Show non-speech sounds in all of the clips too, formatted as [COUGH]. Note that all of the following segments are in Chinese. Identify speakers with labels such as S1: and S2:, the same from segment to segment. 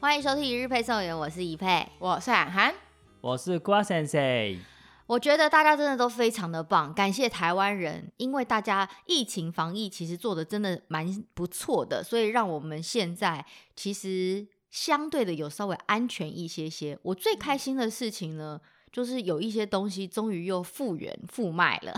S1: 欢迎收听一日配送员，我是一佩。
S2: 我是韩寒，
S3: 我是瓜先生，
S1: 我觉得大家真的都非常的棒，感谢台湾人，因为大家疫情防疫其实做的真的蛮不错的，所以让我们现在其实相对的有稍微安全一些些。我最开
S2: 嗯
S1: 心的事情呢，就是有一些东西终于又复原复卖
S2: [LAUGHS]
S1: 了。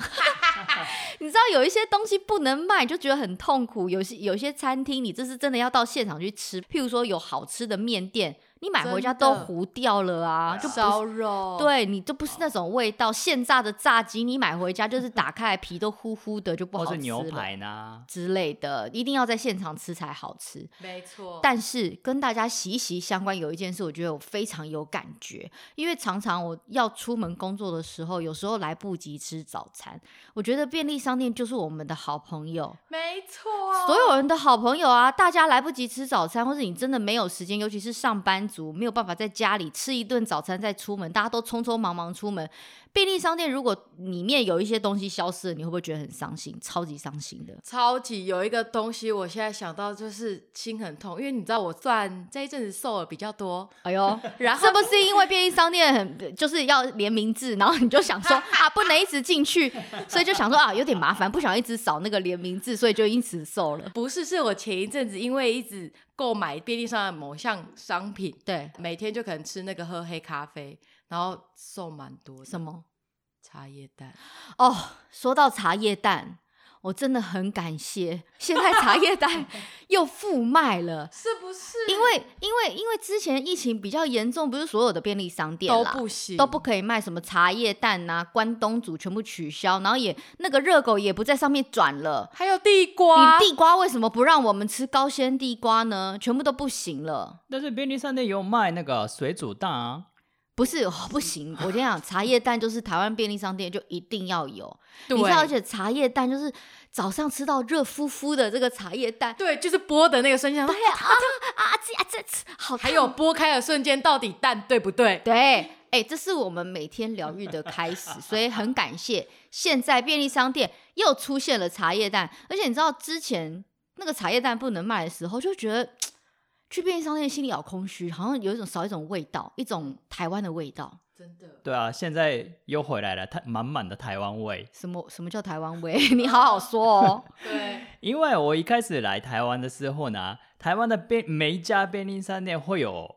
S1: 你知道有一些东西不能卖，就觉得很痛苦。有些有些餐厅，你这是真的要到现场去吃，譬如说有好吃的面店，你买回家
S2: 真
S1: 都
S2: 的
S1: 糊掉了啊，就不是
S2: 烧
S3: 哦
S2: 肉，，
S1: 对你就不是那种味道，现炸的炸鸡，你买回家就是打开来皮都呼呼的，就不好
S3: 或
S1: 吃
S3: 是
S1: 了。
S3: 牛排呢？
S1: 之类的，一定要在现场吃才好吃。
S2: 没错。
S1: 但是跟大家息息相关，有一件事，我觉得我非常有感觉，因为常常我要出门工作的时候，有时候来不及吃早餐，我觉得便利商店就是我们的好朋友。
S2: 没错，啊
S1: 所有人的好朋友啊，大家来不及吃早餐，或者你真的没有时间，尤其是上班族，没有办法在家里吃一顿早餐再出门，大家都匆匆忙忙出门。便利商店如果里面有一些东西消失了，你会不会觉得很伤心？超级伤心的。
S2: 超级有一个东西，我现在想到就是心很痛，因为你知道我算这一阵子瘦了比较多，
S1: 哎 [LAUGHS] 呦，
S2: 然后
S1: 是不是因为便利商店很就是要联名制，然后你就想 [LAUGHS] 说啊，不能一直进去，所以就想说啊，有点麻烦，不想一直扫那个联名制，所以就因此瘦了。
S2: 不是，是我前一阵子因为一直购买便利上的某项商品，
S1: 对，
S2: 每天就可能吃那个喝黑咖啡，然后瘦蛮多的。
S1: 什么？
S2: 茶叶蛋？
S1: 哦，说到茶叶蛋，我真的很感谢，现在茶叶
S2: [LAUGHS]
S1: 蛋又复卖了。
S2: 是不是？
S1: 因为因为因为之前疫情比较严重，不是所有的便利商店
S2: 都
S1: 啦
S2: 不行，
S1: 都不可以卖什么茶叶蛋呐、关东煮全部取消，然后也那个热狗也不在上面转了。
S2: 还有地瓜，
S1: 你地瓜为什么不让我们吃高鲜地瓜呢？全部都不行了，
S3: 但是便利商店有卖那个水煮蛋啊，
S1: 不是、哦、不行。我跟你讲，茶叶蛋就是台湾便利商店就一定要有，
S2: 对
S1: 你知道，而且茶叶蛋就是早上吃到热乎乎的这个茶叶蛋，
S2: 对，就是剥的那个瞬间，
S1: 对啊啊啊这啊这吃好
S2: 还
S1: 烫
S2: 有剥开的瞬间，到底蛋对不对？
S1: 对，哎、这是我们每天疗愈的开始，所以很感谢现在便利商店又出现了茶叶蛋，而且你知道之前那个茶叶蛋不能卖的时候，就觉得嘖去便利商店心里好空虚，好像有一种少一种味道，一种台湾的味道。
S2: 真的，
S3: 对啊，现在又回来了，台满满的台湾味。
S1: 什么什么叫台湾味？ [LAUGHS] 你好好说哦。
S2: 对，
S3: 因为我一开始来台湾的时候呢，台湾的便每一家便利商店会有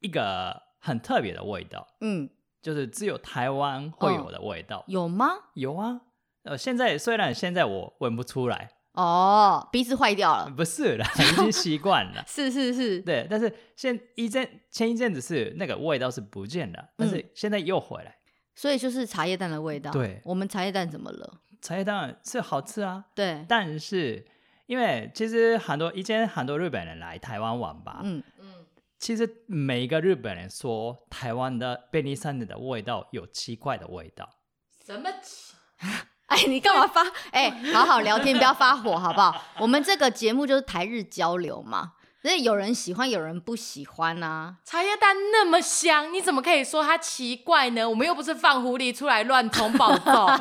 S3: 一个很特别的味道，
S1: 嗯，
S3: 就是只有台湾会有的味道。
S1: 有吗？
S3: 有啊，呃，现在虽然现在我闻不出来，
S1: 哦，鼻子坏掉了。
S3: 不是
S1: [LAUGHS]
S3: 啦，已经习惯了。
S1: 是是是，
S3: 对，但是现一阵前一阵子是那个味道是不见了，但是现在又回来。
S1: 所以就是茶叶蛋的味道。
S3: 对
S1: 我们茶叶蛋怎么了？
S3: 茶叶蛋是好吃啊， [LAUGHS]
S1: 对，
S3: 但是因为其实很多以前很多日本人来台湾玩吧，
S1: 嗯，
S2: 嗯，
S3: 其实每一个日本人说台湾的便利商店的味道有奇怪的味
S1: [LAUGHS]
S3: 道，
S2: 什么？
S1: 哎，你干嘛发？哎、好好聊天，不要发火，好不好？我们这个节目就是台日交流嘛，所以有人喜欢，有人不喜欢啊。
S2: 茶叶蛋那么香，你怎么可以说它奇怪呢？我们又不是放狐狸出来乱捅宝 [LAUGHS] 藏，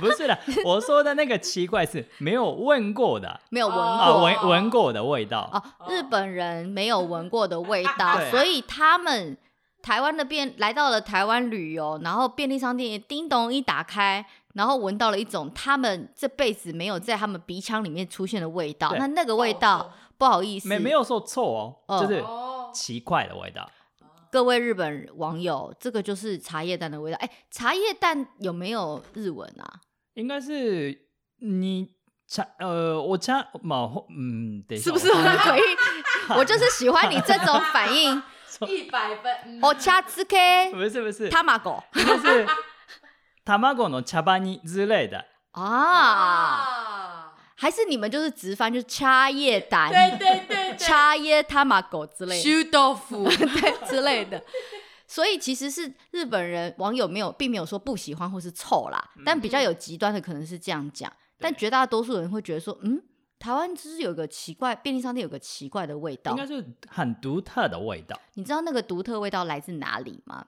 S3: 不是的，我说的那个奇怪是没有问过的
S1: 没有闻
S3: 啊、
S1: 过
S2: 哦
S3: 闻闻过的味道。
S1: 哦，日本人没有闻过的味道，
S3: [LAUGHS] 对啊
S1: 所以他们台湾的便来到了台湾旅游，然后便利商店叮咚一打开，然后闻到了一种他们这辈子没有在他们鼻腔里面出现的味道。
S3: 对
S1: 那那个味道，不好意思，
S3: 没没有说错哦，
S1: 哦
S3: 就是
S2: 哦，
S3: 奇怪的味道。
S1: 各位日本网友，这个就是茶叶蛋的味道。哎，茶叶蛋有没有日文啊？
S3: 应该是你茶呃，我茶嘛，嗯，等一下，
S1: 是不是
S3: 我
S1: 很
S3: 看看
S1: 诡异？我就是喜欢你这种反应。
S2: 一百分，嗯
S1: 哦，恰兹 K
S3: [LAUGHS] 不是不是，
S1: 他马狗
S3: 应该是卵の茶葉に之类的。
S1: 啊，
S2: [LAUGHS] 啊，
S1: 还是你们就是直翻，就是茶叶蛋、
S2: 对对对对，
S1: 茶叶他马狗之类的。
S2: 修豆腐，
S1: [LAUGHS]
S2: [LAUGHS]
S1: 对之类的。所以其实是日本人网友没有，并没有说不喜欢或是臭啦，但比较有极端的可能是这样讲，但
S3: 嗯对
S1: 绝大多数人会觉得说，嗯，台湾就是有个奇怪，便利商店有个奇怪的味
S3: 应
S1: 道
S3: 该。是很独特的味道。
S1: 你知道那个独特味道来自哪里吗？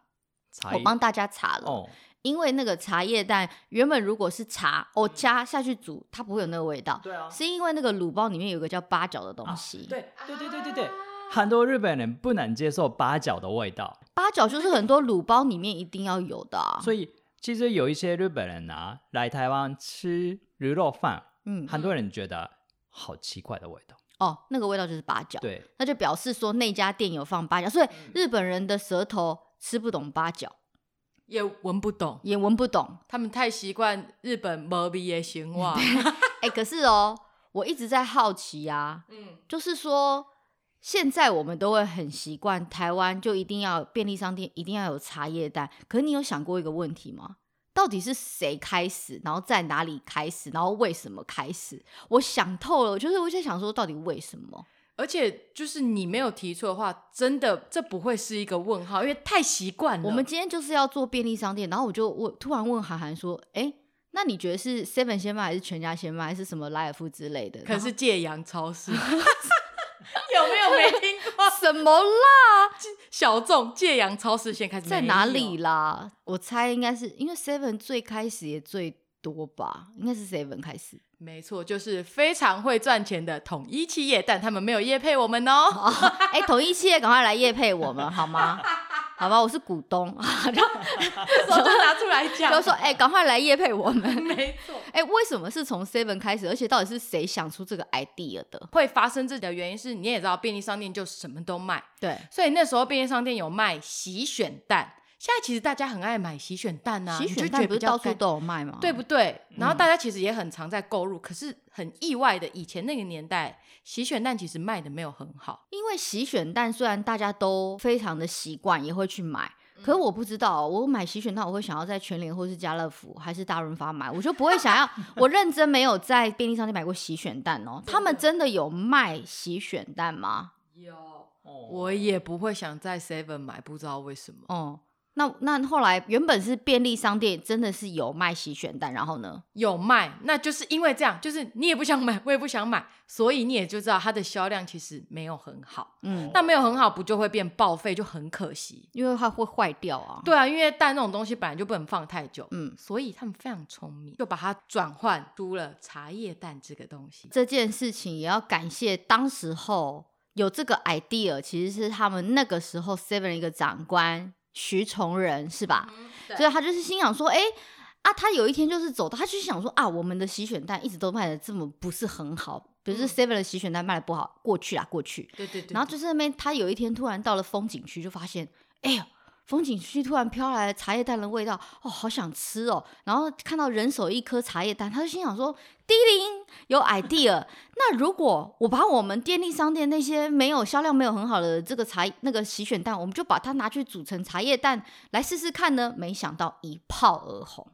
S3: 茶
S1: 我帮大家查了，
S3: 哦，
S1: 因为那个茶叶蛋原本如果是茶
S3: 嗯
S1: 哦加下去煮，它不会有那个味道，
S3: 对啊
S1: 是因为那个卤包里面有一个叫八角的东
S3: 啊
S1: 西。
S3: 对对对对对对，很多日本人不能接受八角的味道，
S1: 八角就是很多卤包里面一定要有的、啊，
S3: 所以其实有一些日本人啊来台湾吃牛肉饭，
S1: 嗯，
S3: 很多人觉得好奇怪的味道。
S1: 哦，那个味道就是八角，
S3: 对，
S1: 那就表示说那家店有放八角，所以日本人的舌头吃不懂八角，
S2: 也闻不懂，
S1: 也闻不懂。
S2: 他们太习惯日本毛鼻的行话。
S1: 哎、可是哦，我一直在好奇啊，
S2: [LAUGHS] 嗯，
S1: 就是说，现在我们都会很习惯台湾就一定要便利商店一定要有茶叶蛋，可是你有想过一个问题吗？到底是谁开始，然后在哪里开始，然后为什么开始？我想透了，就是我在想说，到底为什么？
S2: 而且就是你没有提错的话，真的这不会是一个问号，因为太习惯了。
S1: 我们今天就是要做便利商店，然后我就我突然问韩寒说：“哎、那你觉得是 Seven 先卖，还是全家先卖，还是什么莱尔富之类的？”
S2: 可
S1: 然后
S2: 是借阳超市， [LAUGHS] 有没有没听过？
S1: 什
S2: [LAUGHS]
S1: 么啦？
S2: 小众借阳超市现在开始
S1: 在
S2: 没
S1: 哪
S2: 有
S1: 里啦？我猜应该是因为 Seven 最开始也最多吧，应该是 Seven 开始。
S2: 没错，就是非常会赚钱的统一企业，但他们没有业配我们哦。
S1: 哎、统一企业赶快来夜配我们好吗？好吧，我是股东， [LAUGHS] 然后
S2: [LAUGHS] 这时候就拿出来
S1: [LAUGHS]
S2: 讲，
S1: 就说哎，赶、快来夜配我们。
S2: [LAUGHS] 没错。
S1: 哎、为什么是从 Seven 开始？而且到底是谁想出这个 idea 的？
S2: 会发生这的原因是，你也知道，便利商店就什么都卖，
S1: 对，
S2: 所以那时候便利商店有卖洗选蛋。现在其实大家很爱买洗选蛋啊，
S1: 洗
S2: 你
S1: 选
S2: 就觉
S1: 蛋
S2: 得
S1: 不是
S2: 比较
S1: 到处
S2: 干
S1: 都嗯有卖吗？
S2: 对不对？然后大家其实也很常在购入，可是很意外的，以前那个年代洗选蛋其实卖的没有很好。
S1: 因为洗选蛋虽然大家都非常的习惯，也会去买，可是我不知道，我买洗选蛋我会想要在全联或是家乐福还是大润发买，我就不会想要。我认真没有在便利商店买过洗选蛋哦，他们真的有卖洗选蛋吗？
S2: 有，
S3: 我
S2: 我也不会想在 Seven 买，不知道为什么。
S1: 哦、那那后来原本是便利商店真的是有卖洗选蛋，然后呢，
S2: 有卖，那就是因为这样，就是你也不想买，我也不想买，所以你也就知道它的销量其实没有很好。
S1: 嗯，
S2: 那没有很好，不就会变报废，就很可惜。
S1: 因为它会坏掉啊。，
S2: 对啊，因为蛋那种东西本来就不能放太久，
S1: 嗯，
S2: 所以他们非常聪明，就把它转换出了茶叶蛋这个东西。
S1: 这件事情也要感谢当时候有这个 idea，其实是他们那个时候 Seven 一个长官徐崇仁是吧？
S2: 对
S1: 所以他就是心想说，哎、啊，他有一天就是走到，他就想说啊，我们的洗选蛋一直都卖的这么不是很好，比如说
S2: 嗯
S1: Seven 的洗选蛋卖的不好，过去啦，过去。
S2: 对对对
S1: 然后就是那边，他有一天突然到了风景区，就发现，哎呦，风景区突然飘来了茶叶蛋的味道，哦，好想吃哦。然后看到人手一颗茶叶蛋，他就心想说：“滴铃有 idea。那
S2: [LAUGHS]
S1: 如果我把我们便利商店那些没有销量没有很好的这个茶那个洗选蛋，我们就把它拿去煮成茶叶蛋来试试看呢？没想到一炮而红，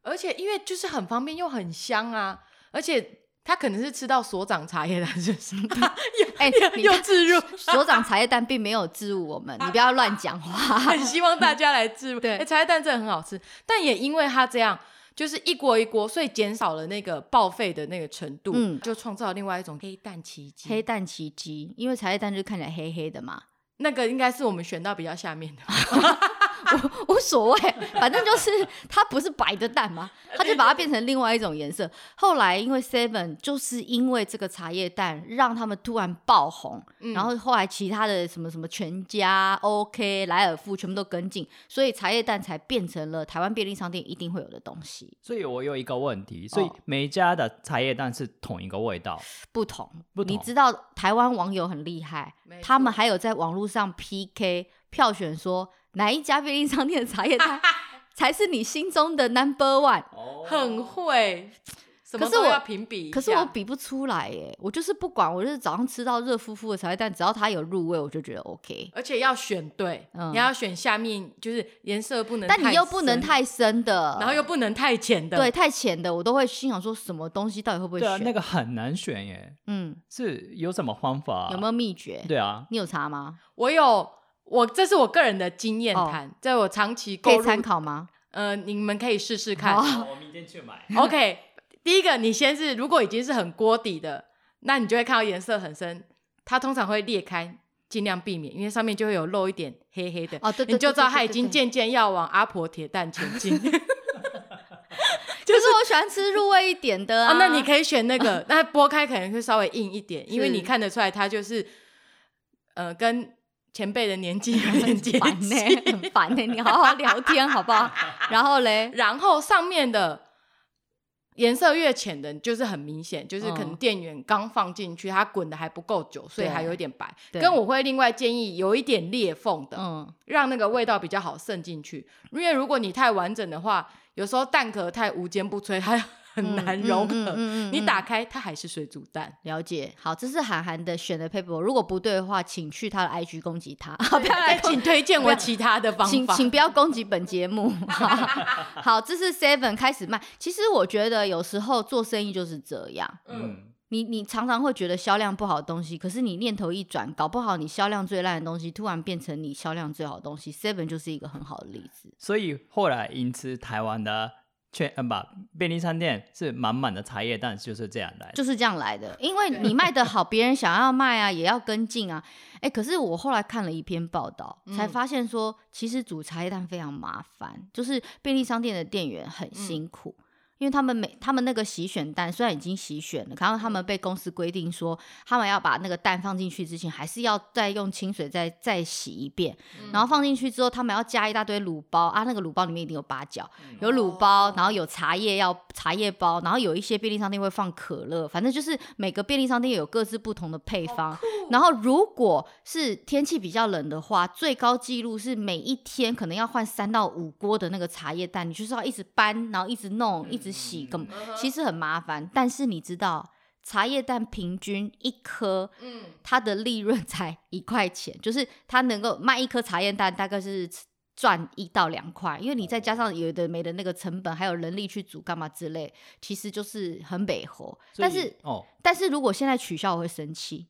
S2: 而且因为就是很方便又很香啊，而且他可能是吃到所长茶叶蛋，是不
S1: [LAUGHS]
S2: 是？又
S1: 哎
S2: 又
S1: 你
S2: [LAUGHS] 又
S1: [LAUGHS]
S2: 置入，
S1: 所长茶叶蛋并没有置入我们，你不要乱讲话。
S2: [LAUGHS] 很希望大家来置入。
S1: [LAUGHS] 对
S2: 哎茶叶蛋真的很好吃，但也因为他这样。就是一锅一锅，所以减少了那个报废的那个程度，
S1: 嗯
S2: 就创造了另外一种黑蛋奇迹。
S1: 黑蛋奇迹，因为茶叶蛋就是看起来黑黑的嘛，
S2: 那个应该是我们选到比较下面的，
S1: [LAUGHS] 无所谓，反正就是它不是白的蛋
S2: [LAUGHS]
S1: 嘛，它就把它变成另外一种颜色。后来因为 Seven 就是因为这个茶叶蛋让他们突然爆红，
S2: 嗯
S1: 然后后来其他的什么什么全家、OK、莱尔富全部都跟进，所以茶叶蛋才变成了台湾便利商店一定会有的东西，
S3: 所以，我有一个问题，所以
S1: 哦
S3: 每一家的茶叶蛋是同一个味道，
S1: 不同。
S3: 不
S1: 你
S3: 同
S1: 知道台湾网友很厉害
S2: 没，
S1: 他们
S2: 错
S1: 还有在网络上 PK 票选说哪一家便利商店的茶叶
S2: [LAUGHS]
S1: 蛋才是你心中的 number one。
S2: 很会，什么
S1: 可是
S2: 都
S1: 我
S2: 要评比一
S1: 可是
S2: 下
S1: 我比不出来耶，我就是不管，我就是早上吃到热乎乎的茶叶蛋，只要它有入味，我就觉得 OK。
S2: 而且要选对，
S1: 嗯
S2: 你要选下面就是颜色不能太
S1: 但
S2: 深，
S1: 你又不能太深的，
S2: 然后又不能太浅的，
S1: 对，太浅的，我都会心想说什么东西到底会不会
S3: 对啊，
S1: 选？
S3: 那个很难选耶，
S1: 嗯，
S3: 是有什么方法？
S1: 有没有秘诀？
S3: 对啊，
S1: 你有查吗？
S2: 我有我这是我个人的经验谈，在我长期
S1: 哦可
S2: 购
S1: 以
S2: 入，
S1: 参哦考吗？
S2: 呃，你们可以试试看。
S1: 好
S3: 我明天去买。
S1: [LAUGHS]
S2: OK，第一个你先是如果已经是很锅底的，那你就会看到颜色很深，它通常会裂开。尽量避免，因为上面就会有露一点黑黑的，
S1: 哦对对
S2: 你就知道
S1: 对对
S2: 它已
S1: 对
S2: 经
S1: 对
S2: 渐渐要往阿婆铁蛋前
S1: [LAUGHS]
S2: 进。
S1: 可是我喜欢吃入味一点的
S2: [LAUGHS] 哦，
S1: 啊。
S2: 那你可以选那个，那剥开可能会稍微硬一点，因为
S1: 是
S2: 你看得出来它就是呃跟前辈的年纪有
S1: [LAUGHS]
S2: 点接
S1: 烦欸呢、
S2: 近，
S1: 很 [LAUGHS] 烦呢、你好好聊天好不好？
S2: [LAUGHS]
S1: 然后嘞，
S2: 然后上面的颜色越浅的，就是很明显，就是可能
S1: 嗯
S2: 店员刚放进去，它滚的还不够久，所以还
S1: 对
S2: 有一点白。
S1: 对
S2: 跟我会另外建议有一点裂缝的，
S1: 嗯，
S2: 让那个味道比较好渗进去。因为如果你太完整的话，有时候蛋壳太无坚不摧，它很难融合。
S1: 嗯嗯嗯嗯
S2: 你打开它还是水煮蛋，
S1: 了解。好，这是韩寒的选的 paper，如果不对的话，请去他的 IG 攻击
S2: [LAUGHS]
S1: 他，不要来
S2: 哎
S1: 攻
S2: 请推荐我其他的方
S1: 请
S2: 法。
S1: 请不要攻击本节目。 [LAUGHS] 好，这是 Seven 开始卖。其实我觉得有时候做生意就是这样，
S2: 嗯，
S3: 嗯，
S1: 你你常常会觉得销量不好的东西，可是你念头一转，搞不好你销量最烂的东西突然变成你销量最好的东西。Seven 就是一个很好的例子。
S3: 所以后来因此台湾的券，嗯，吧，便利商店是满满的茶叶蛋，就是这样来的。
S1: 就是这样来
S3: [LAUGHS]
S1: 的。因为你卖得好，别人想要卖啊，也要跟进啊。哎、可是我后来看了一篇报道，才
S2: 嗯
S1: 发现说，其实煮茶叶蛋非常麻烦，就是便利商店的店员
S3: 嗯
S1: 很辛苦。因为他们每他们那个洗选蛋虽然已经洗选了，然后他们被公司规定说，他们要把那个蛋放进去之前，还是要再用清水再再洗一遍，然后放进去之后，他们要加一大堆卤包啊，那个卤包里面一定有八角，有卤包
S2: 哦，
S1: 然后有茶叶要茶叶包，然后有一些便利商店会放可乐，反正就是每个便利商店有各自不同的配方。然后如果是天气比较冷的话，最高纪录是每一天可能要换三到五锅的那个茶叶蛋，你就是要一直搬，然后一直弄，一直洗，根
S2: 嗯
S1: 本其实很麻烦。但是你知道，茶叶蛋平均一颗
S2: 嗯，
S1: 它的利润 [LAUGHS] 才一块钱，就是它能够卖一颗茶叶蛋大概是赚一到两块，因为你再加上有的没的那个成本，还有人力去煮干嘛之类，其实就是很北猴。
S3: 所以
S1: 但是
S3: 哦，
S1: 但是如果现在取消，我会生气，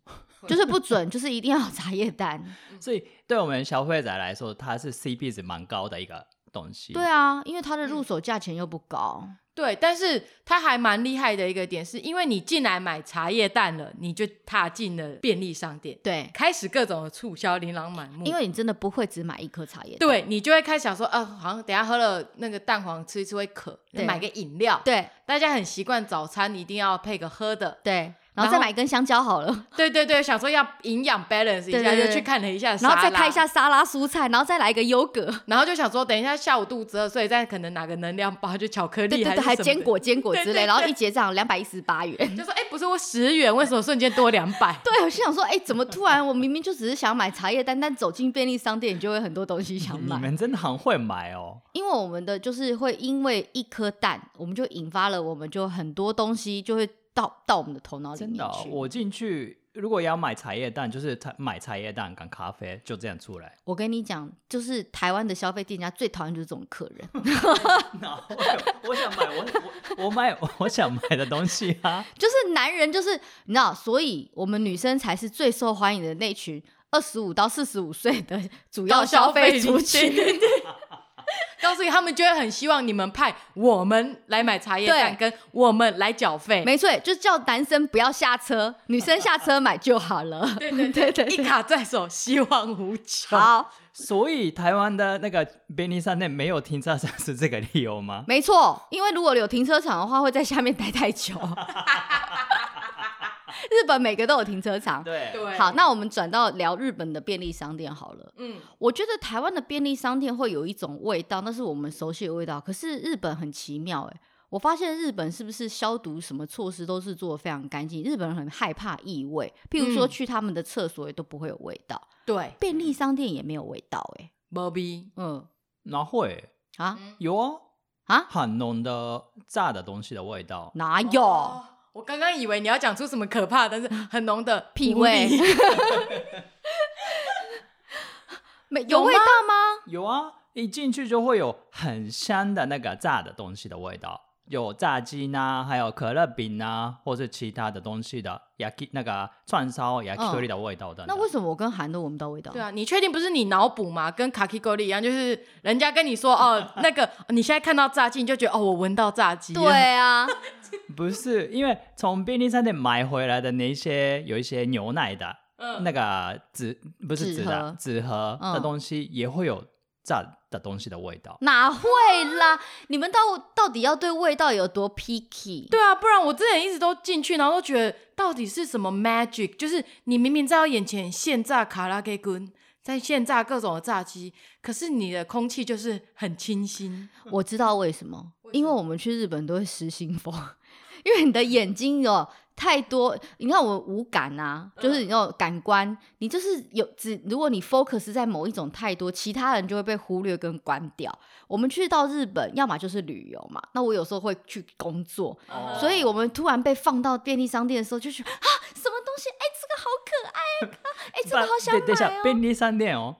S1: 就是不准，就是一定要有茶叶蛋。
S3: 所以对我们消费者来说，它是 CP 值蛮高的一个东西。
S1: 对啊，因为它的入手价钱又不高。
S2: 对，但是它还蛮厉害的一个点，是因为你进来买茶叶蛋了，你就踏进了便利商店，
S1: 对，
S2: 开始各种的促销琳琅满目。
S1: 因为你真的不会只买一颗茶叶蛋。
S2: 对你就会开始想说，啊，好像等一下喝了那个蛋黄吃一吃会渴，
S1: 对
S2: 买个饮料。
S1: 对
S2: 大家很习惯早餐一定要配个喝的，
S1: 对，然
S2: 然
S1: 后再
S2: 后
S1: 买一根香蕉好了。
S2: 对对对，想说要营养 balance 一
S1: 对
S2: 下，
S1: 对对
S2: 就去看了一下，
S1: 然后再开一，下沙拉蔬菜，然后再来一个优格，
S2: 然后就想说，等一下下午肚子饿，所以再可能拿个能量包，就巧克
S1: 对
S2: 力
S1: 对对，
S2: 还
S1: 还
S2: 是什么的
S1: 坚，果坚果
S2: 对
S1: 之
S2: 对
S1: 类，然后
S2: 对
S1: 一结账两百一十八元。？
S2: 就说哎，不是我十元，为什么瞬间多两百
S1: 对，我心想说，哎、怎么突然我明明就只是想买茶叶蛋，但走进便利商店，你就会很多东西想
S3: 嗯你
S1: 买。
S3: 们真的很会买哦。
S1: 因为我们的就是会因为一颗蛋，我们就引发了，我们就很多东西就会到到我们的头脑里
S3: 真
S1: 面
S3: 的哦、
S1: 去。
S3: 我进去如果要买茶叶蛋，就是他买茶叶蛋跟咖啡，就这样出
S1: [LAUGHS]
S3: 来。
S1: 我跟你讲，就是台湾的消费店家最讨厌就是这种客人，
S3: 那我我想买我我我 [LAUGHS] 买我想买的东西
S1: [LAUGHS]
S3: 啊，
S1: 就是男人，就是你知道，所以我们女生才是最受欢迎的那群二十五到四十五岁的主要
S2: 到消
S1: 消 [LAUGHS] 费
S2: 费
S1: 族
S2: 族群
S1: 群。
S2: [LAUGHS] 告诉你，他们就会很希望你们派我们来买茶叶蛋，跟我们来缴费，
S1: 没错，就叫男生不要下车，女生下车买就好了。 [LAUGHS] 对对对对
S2: [LAUGHS] 一卡在手，希望无穷。
S1: 好，
S3: 所以台湾的那个便利商店没有停车场是这个理由吗？
S1: 没错，因为如果有停车场的话，会在下面待太久。 [LAUGHS] 日本每个都有停车场。
S3: 对
S2: 对，
S1: 好，那我们转到聊日本的便利商店好了。
S2: 嗯，
S1: 我觉得台湾的便利商店会有一种味道，那是我们熟悉的味道。可是日本很奇妙、欸，我发现日本是不是消毒什么措施都是做的非常干净？日本人很害怕异味，譬如说
S2: 嗯
S1: 去他们的厕所也都不会有味道，
S2: 对
S1: 便利商店也没有味道、欸，
S2: ，Bobby，
S1: 嗯
S3: 哪会
S1: 啊
S2: 嗯
S3: 有啊？
S1: 啊，
S3: 很浓的炸的东西的味道，
S1: 哪有？
S2: 哦我刚刚以为你要讲出什么可怕的，但是很浓的
S1: 屁
S2: 狐
S1: 味
S2: 狸 [LAUGHS]
S1: 没
S2: 有
S1: 有味
S2: 吗
S1: 道吗？
S3: 有啊，一进去就会有很香的那个炸的东西的味道。有炸鸡呐、还有可乐饼呐、或是其他的东西的 yaki 那个串烧 yakitori 的味道的、
S1: 哦那为什么我跟韩都闻不到味道？
S2: 对啊，你确定不是你脑补吗？跟卡基沟里一样，就是人家跟你说哦，那个你现在看到炸鸡，你就觉得哦，我闻到炸鸡了。
S1: 对啊，
S3: 不是，因为从便利商店买回来的那些有一些牛奶的、
S2: 嗯，
S3: 那个纸，不是
S1: 纸
S3: 纸的纸盒
S1: 嗯
S3: 的东西，也会有炸的东西的味道。
S1: [LAUGHS] 哪会啦？你们到到底要对味道有多 picky？
S2: 对啊，不然我之前一直都进去，然后都觉得到底是什么 magic，就是你明明在我眼前现炸卡拉给棍，在现炸各种的炸鸡，可是你的空气就是很清新。
S3: 嗯
S1: 我知道为什么，
S2: 为什么
S1: 因为我们去日本都会失心疯， [LAUGHS] 因为你的眼睛有太多，你看我无感啊，就是
S3: 嗯
S1: 你有感官，你就是有只，如果你 focus 在某一种太多，其他人就会被忽略跟关掉。我们去到日本，要么就是旅游嘛，那我有时候会去工作，
S3: 哦
S1: 所以我们突然被放到便利商店的时候，就觉得啊，什么东西？哎、这个好可爱啊！
S3: [LAUGHS]
S1: 哎、这个好想
S3: 等等
S1: 买
S3: 一下，
S1: 哦、
S3: 便利商店哦。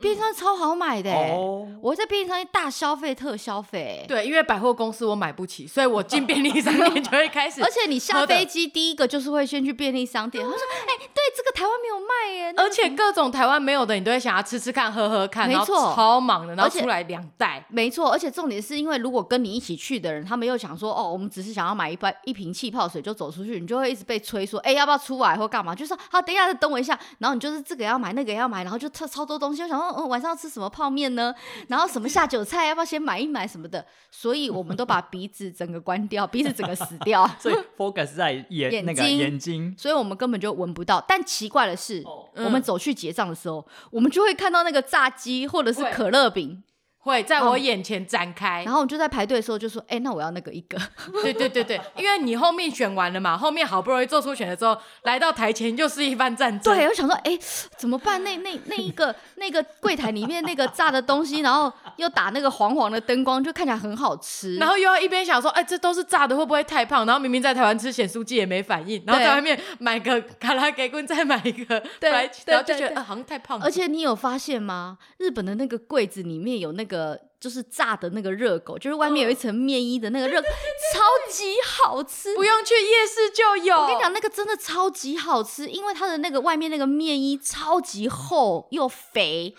S1: 便利商店超好买的、欸，
S3: 哦，
S1: 我在便利商店大消费特消费、欸。
S2: 对，因为百货公司我买不起，所以我进便利商店就会开
S1: [LAUGHS]
S2: 始
S1: 而。且你下
S2: 喝的啊
S1: 飞机第一个就是会先去便利商店，他说：“哎、对，这个台湾没有卖耶。那
S2: 而
S1: 个
S2: 且各种台湾没有的，你都会想要吃吃看、喝喝看，
S1: 没
S2: 然后
S1: 错
S2: 超忙的，然
S1: 而
S2: 后
S1: 且
S2: 出来两袋”，
S1: 没错，而且重点是因为如果跟你一起去的人，他们又想说：“哦，我们只是想要买一杯一瓶气泡水就走出去。”你就会一直被催说：“哎、要不要出来或干嘛？”就说：“好，等一下，等我一下。”然后你就是这个要买，那个要买，然后就超超多东西。我想说：“嗯，晚上要吃什么泡面
S2: [LAUGHS]
S1: 呢？然后什么下酒菜，要不要先买一买什么的？”所以我们都把鼻子整个关掉，鼻子整个死掉，[LAUGHS]
S3: 所以 focus 在眼
S1: 眼
S3: 那个
S1: 睛
S3: 眼睛。
S1: 所以我们根本就闻不到。但奇怪的是，
S3: 哦
S1: 我们走去结账的时候，我们就会看到那个炸鸡或者是可乐饼，
S2: 会在我眼前展开。
S1: 哦然后我们就在排队的时候就说：“哎、那我要那个一
S2: [LAUGHS]
S1: 个。
S2: 对对对对，因为你后面选完了嘛，后面好不容易做出选择之后，来到台前又是一番战”争。
S1: 对，我想说：“哎、怎么办？那那那一个 [LAUGHS] 那个柜台里面那个炸的东西，然后又打那个黄黄的灯光，就看起来很好吃。”
S2: [LAUGHS] 然后又要一边想说，哎，这都是炸的，会不会太胖？然后明明在台湾吃咸酥鸡也没反应，然后
S1: 对
S2: 在外面买个卡拉给棍，再买一个
S1: [LAUGHS] 对
S2: fried chicken，
S1: 对
S2: 然后就
S1: 对
S2: 觉
S1: 对
S2: 得、呃、好像太胖了。
S1: 而且你有发现吗？日本的那个柜子里面有那个就是炸的那个热狗，就是外面有一层面衣的那个热狗，超级好吃。
S2: 不用去夜市就有。
S1: 我跟你讲，那个真的超级好吃，因为它的那个外面那个面衣超级厚又肥，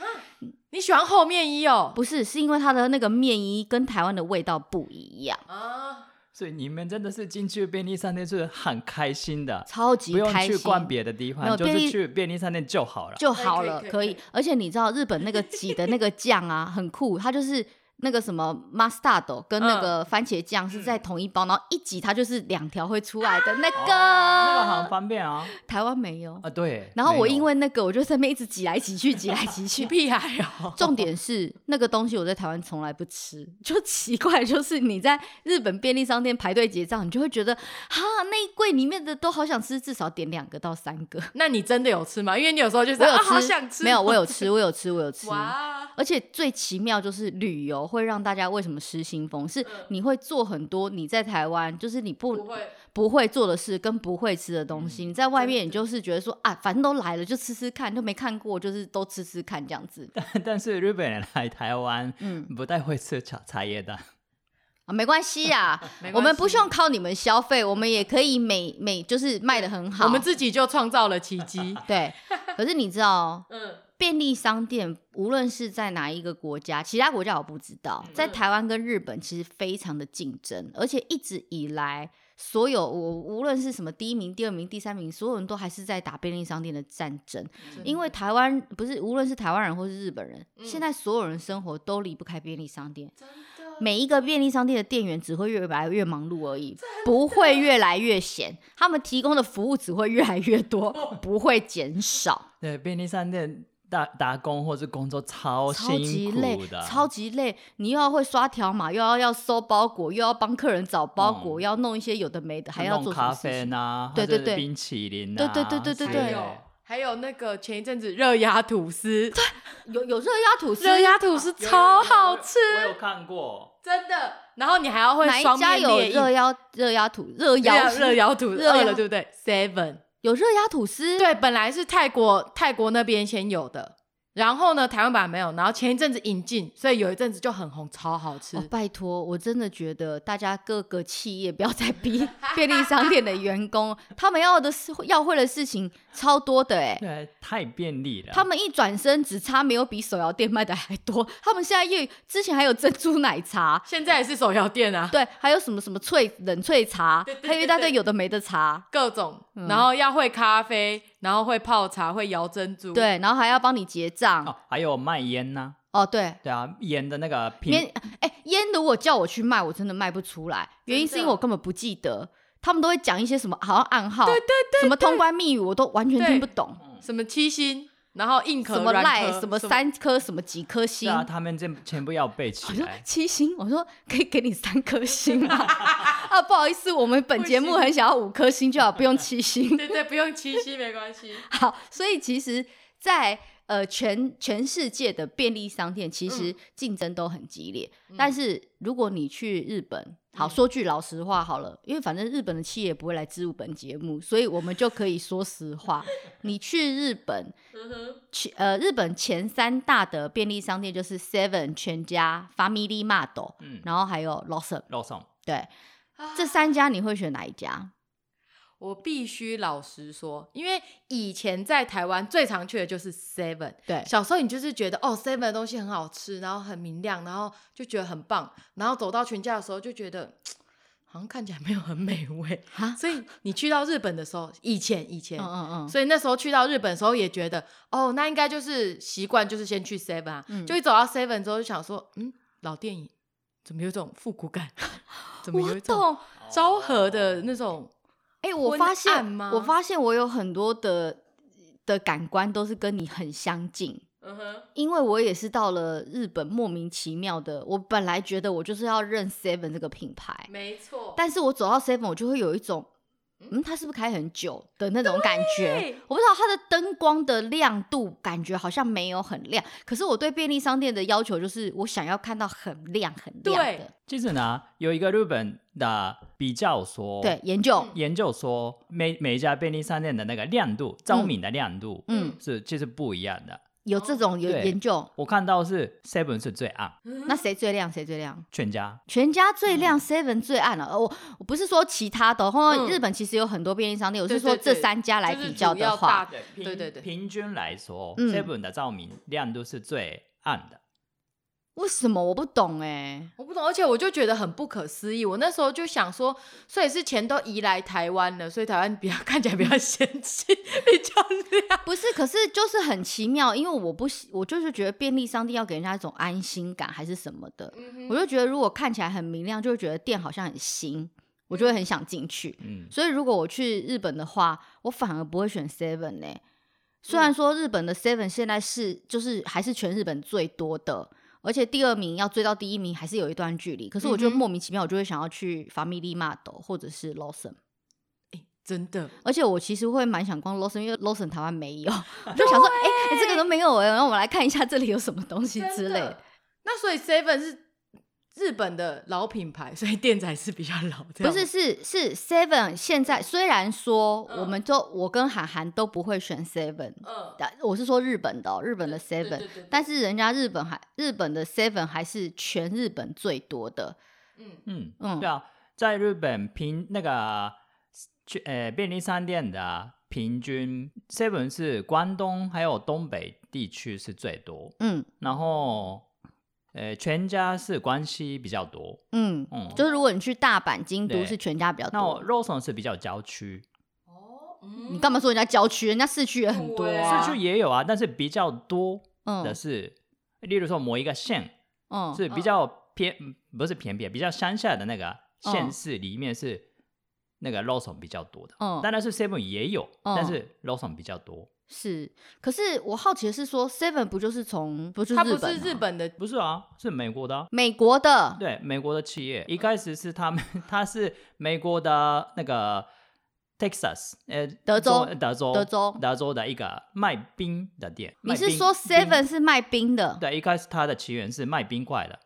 S2: 你喜欢后面衣哦？
S1: 不是，是因为它的那个面衣跟台湾的味道不一样，
S2: 啊，
S3: 所以你们真的是进去便利商店是很开心的，
S1: 超级
S3: 不用
S1: 开
S3: 去
S1: 心。
S3: 逛别的地
S1: 没有
S3: 方，就
S1: 便
S3: 是
S1: 利
S3: 去便利商店就好了。
S1: 就好了，
S2: 可以
S1: 可
S2: 可以
S1: 以。而且你知道日本那个挤的那个酱啊，很酷，它就是那个什么 mustard 跟那个番茄酱是在同一包，然后一挤它就是两条会出来的那
S3: 那个
S1: 个，
S3: 很方便啊
S1: 台湾没有。
S3: 啊对。
S1: 然后
S3: 哦没
S1: 我
S3: 有
S1: 因为那个，我就在那边一直挤来挤去，挤来挤去
S2: 你。屁孩
S1: [LAUGHS]
S2: [LAUGHS] 哦！
S1: 重点是那个东西我在台湾从来不吃， [LAUGHS] 就奇怪，就是你在日本便利商店排队结账，你就会觉得哈那一柜里面的都好想吃，至少点两个到三
S2: [LAUGHS]
S1: 个。
S2: 那你真的有吃吗？因为你有时候就是
S1: 我有
S2: 啊
S1: 吃，
S2: 好想吃，
S1: 没有，我有吃，我有吃，我有吃。
S2: 哇，
S1: 而且最奇妙就是旅游会让大家为什么失心疯，是你会做很多你在台湾就是你不
S2: 嗯不会。嗯
S1: 不会做的事跟不会吃的东西，你在外面你就是觉得说啊，反正都来了就吃吃看，都没看过就是都吃吃看这样子
S3: 但是日本人来台湾，
S1: 嗯
S3: 不太会吃茶茶叶蛋。
S1: 啊，没关系呀、
S2: 没关系
S1: 我们不需要靠你们消费，我们也可以每每就是卖的很好。
S2: 我们自己就创造了奇
S1: [LAUGHS]
S2: 迹。
S1: 对，可是你知道，
S2: 嗯，
S1: 便利商店无论是在哪一个国家，其他国家我不知道，
S2: 嗯
S1: 在台湾跟日本其实非常的竞争，而且一直以来，所有我无论是什么第一名、第二名、第三名，所有人都还是在打便利商店的战争，嗯
S2: 嗯
S1: 因为台湾不是无论是台湾人或是日本人，现在所有人生活都离不开便利商店。
S2: 真的
S1: 每一个便利商店的店员只会越来越忙碌而已，不会越来越闲。他们提供的服务只会越来越多，
S2: 哦
S1: 不会减少。
S3: 对，便利商店打打工或是工作超
S1: 超级
S3: 辛
S1: 累
S3: 苦的，，啊
S1: 超级累。你又要会刷条码，又要要收包裹，又要帮客人找包裹，
S3: 嗯
S1: 要弄一些有的没的，还要
S3: 弄
S1: 做什
S3: 咖
S1: 么事
S3: 啡
S1: 情
S3: 呢，
S1: 对
S3: 或者
S1: 对对
S3: 是冰淇淋
S1: 对
S3: 啊，
S1: 对对对对
S3: 之
S2: 还
S3: 类
S1: 对
S2: 有
S3: 的
S2: 还有那个前一阵子热压吐司，
S1: 有有热压吐司，
S2: 热压吐
S1: 啊
S2: 司超好吃，
S3: 我有看过，
S2: 真的。然后你还要会
S1: 哪一
S2: 双
S1: 家
S2: 面
S1: 有
S2: 猎
S1: 热
S2: 鹰，
S1: 压热压吐热压
S2: 啊热 [LAUGHS] 热摇吐
S1: 热摇
S2: 饿了对不对？Seven，
S1: 有热压吐司？
S2: 对，本来是泰国泰国那边先有的，然后呢台湾版没有，然后前一阵子引进，所以有一阵子就很红，超好吃
S1: 哦。拜托，我真的觉得大家各个企业不要再逼 [LAUGHS] 便利商店的员工， [LAUGHS] 他们要的是要会的事情超多的哎、
S3: 对，太便利
S2: 啊
S3: 了。
S1: 他们一转身，只差没有比手摇店卖的还多。 [LAUGHS] 他们现在又之前还有珍珠奶茶，
S2: 现在也是手摇店啊，
S1: 对，还有什么什么萃冷萃茶
S2: 对，对
S1: 还有一
S2: 对
S1: 大堆
S2: 对
S1: 有的没的茶，
S2: 各种，
S1: 嗯
S2: 然后要会咖啡，然后会泡茶，会摇珍珠，，
S1: 对，然后还要帮你结账
S3: 哦哦，还有卖烟呐，
S1: 哦，对，
S3: 对啊，盐的那个
S1: 烟
S3: 品，
S1: 哎烟如果叫我去卖，我真的卖不出来，原因是因为我根本不记得，他们都会讲一些什么好像暗号，
S2: 对对对，
S1: 什么通关密语，我都完全
S2: 对
S1: 听不懂，
S2: 什么七星，然后硬壳
S1: 什么
S2: 软
S1: 赖
S2: 壳
S1: 什么三颗什么几颗星
S3: 对。啊，他们这全部要背
S1: 我
S3: 起
S1: 说
S3: 来。
S1: 七星，我说可以给你三颗星吗？ [LAUGHS] 啊，不好意思，我们本节目
S2: 不行
S1: 很想要五颗星就好，不用七星。
S2: 对对，不用七夕没关系。
S1: 好，所以其实在，呃全全世界的便利商店，其
S2: 嗯
S1: 实竞争都很激烈。但是如果你去日本，好、
S2: 嗯
S1: 说句老实话好了，因为反正日本的企业也不会来支入本节目，所以我们就可以说实
S2: [LAUGHS]
S1: 话。你去日本，
S2: 嗯哼，
S1: 去呃日本前三大的便利商店就是 Seven、全家、Family Mart，
S3: 嗯，
S1: 然后还有 Lawson。
S3: 肉松，
S1: 对，这三家你会选哪一家？
S2: 我必须老实说，因为以前在台湾最常去的就是 Seven。
S1: 对，
S2: 小时候你就是觉得哦，Seven 的东西很好吃，然后很明亮，然后就觉得很棒，然后走到全家的时候就觉得嘖好像看起来没有很美味。 [LAUGHS]
S1: 啊，
S2: 所以你去到日本的时候，以前以前
S1: 嗯，嗯嗯，
S2: 所以那时候去到日本的时候也觉得哦，那应该就是习惯就是先去 Seven 啊，
S1: 嗯
S2: 就一走到 Seven 之后就想说，嗯，老电影怎么有一种复古感？ [LAUGHS] 怎么有
S1: 我
S2: 一种
S1: 懂。
S2: 昭和的那种？
S1: 哎、我
S2: 昏
S1: 发
S2: 暗
S1: 现，
S2: 吗
S1: 我发现我有很多的的感官都是跟你很相近，
S2: 嗯哼，
S1: 因为我也是到了日本，莫名其妙的，我本来觉得我就是要认 Seven 这个品牌，
S2: 没错
S1: 但是我走到 Seven，我就会有一种，嗯，它是不是开很久的那种感觉
S2: 对？
S1: 我不知道它的灯光的亮度，感觉好像没有很亮。可是我对便利商店的要求就是，我想要看到很亮很亮
S2: 对
S1: 的。
S3: 其实呢，有一个日本的比较说，
S1: 对，，研究，
S2: 嗯
S3: 研究说每每一家便利商店的那个亮度，照明的亮度，
S1: 嗯，
S3: 是其实不一样的。
S1: 有这种有
S3: 对
S1: 研究，
S3: 我看到是 Seven 是最暗，
S1: 嗯
S2: 嗯
S1: 那谁最亮？谁最亮？
S3: 全家
S1: 全家最亮，Seven 最暗了。呃我我不是说其他的哦，后来
S2: 嗯
S1: 日本其实有很多便利商店，我是
S2: 对
S1: 说
S2: 对
S1: 这
S2: 对
S1: 三家来比较的话，
S2: 对
S3: 平
S2: 对对，
S3: 平均来说、
S1: 嗯
S3: s e v e n 的照明亮度是最暗的。
S1: 为什么我不懂哎、
S2: 我不懂，而且我就觉得很不可思议。我那时候就想说，所以是钱都移来台湾了，所以台湾比较看起来比较先进，比较亮。
S1: 不是，可是就是很奇妙，因为我不喜，我就是觉得便利商店要给人家一种安心感还是什么的，
S2: 嗯
S1: 我就觉得如果看起来很明亮，就会觉得店好像很新，我就会很想进去。
S3: 嗯，
S1: 所以如果我去日本的话，我反而不会选 Seven 呢、虽
S2: 嗯
S1: 然说日本的 Seven 现在是就是还是全日本最多的，而且第二名要追到第一名还是有一段距离。可是我就
S2: 嗯哼
S1: 莫名其妙，我就会想要去 Family Mart 或者是 Lawson，
S2: 欸真的，
S1: 而且我其实会蛮想逛 Lawson，因为 Lawson 台湾没
S2: [LAUGHS]
S1: 有，我就想说，哎、诶这个都没有哎、然后我们来看一下这里有什么东西之类
S2: 真
S1: 的
S2: 的。那所以 Seven 是日本的老品牌，所以店仔是比较老。
S1: 不
S2: 这样
S1: 是，是是 Seven。现在虽然说我们都、我跟韩寒都不会选 Seven，
S2: 嗯，
S1: 但我是说日本的、哦，日本的
S2: 对对
S1: Seven，
S2: 对对
S1: 但是人家日本还日本的 Seven 还是全日本最多的，
S2: 嗯，
S3: 嗯，
S1: 嗯
S3: 对啊，在日本平那个去呃便利商店的平均 Seven 是关东还有东北地区是最多，
S1: 嗯
S3: 然后呃全家是关西比较多，
S1: 嗯，
S3: 嗯，
S1: 就是如果你去大阪、京都
S3: 对
S1: 是全家比较
S3: 那我
S1: 多。
S3: Roson 是比较郊区，
S2: 哦，嗯
S1: 你干嘛说人家郊区？人家市区也很多
S2: 对
S1: 啊。
S3: 市区也有啊，但是比较多的
S1: 嗯
S3: 是，例如说某一个县
S1: 嗯
S3: 是比较偏，嗯不是偏僻，比较乡下的那个县市里面是那个 Roson 比较多的。
S1: 嗯
S3: 当然是 Seven 也有，
S1: 嗯
S3: 但是 Roson 比较多。
S1: 是，可是我好奇的是说，Seven 不就是从不是
S2: 它
S1: 日
S2: 不
S1: 本
S2: 是
S1: 吗
S2: 日本的，
S3: 不是啊，是美国的啊、
S1: 美国的
S3: 对，美国的企业一开始是他们， [LAUGHS] 他是美国的那个 Texas，呃，
S1: 德州
S3: 中德州，
S1: 德州
S3: 德州的一个卖冰的店。
S1: 你
S3: 卖
S1: 是
S3: 冰
S1: 说
S3: 冰
S1: Seven 是卖冰的？
S3: 对，一开始它的起源是卖冰块的，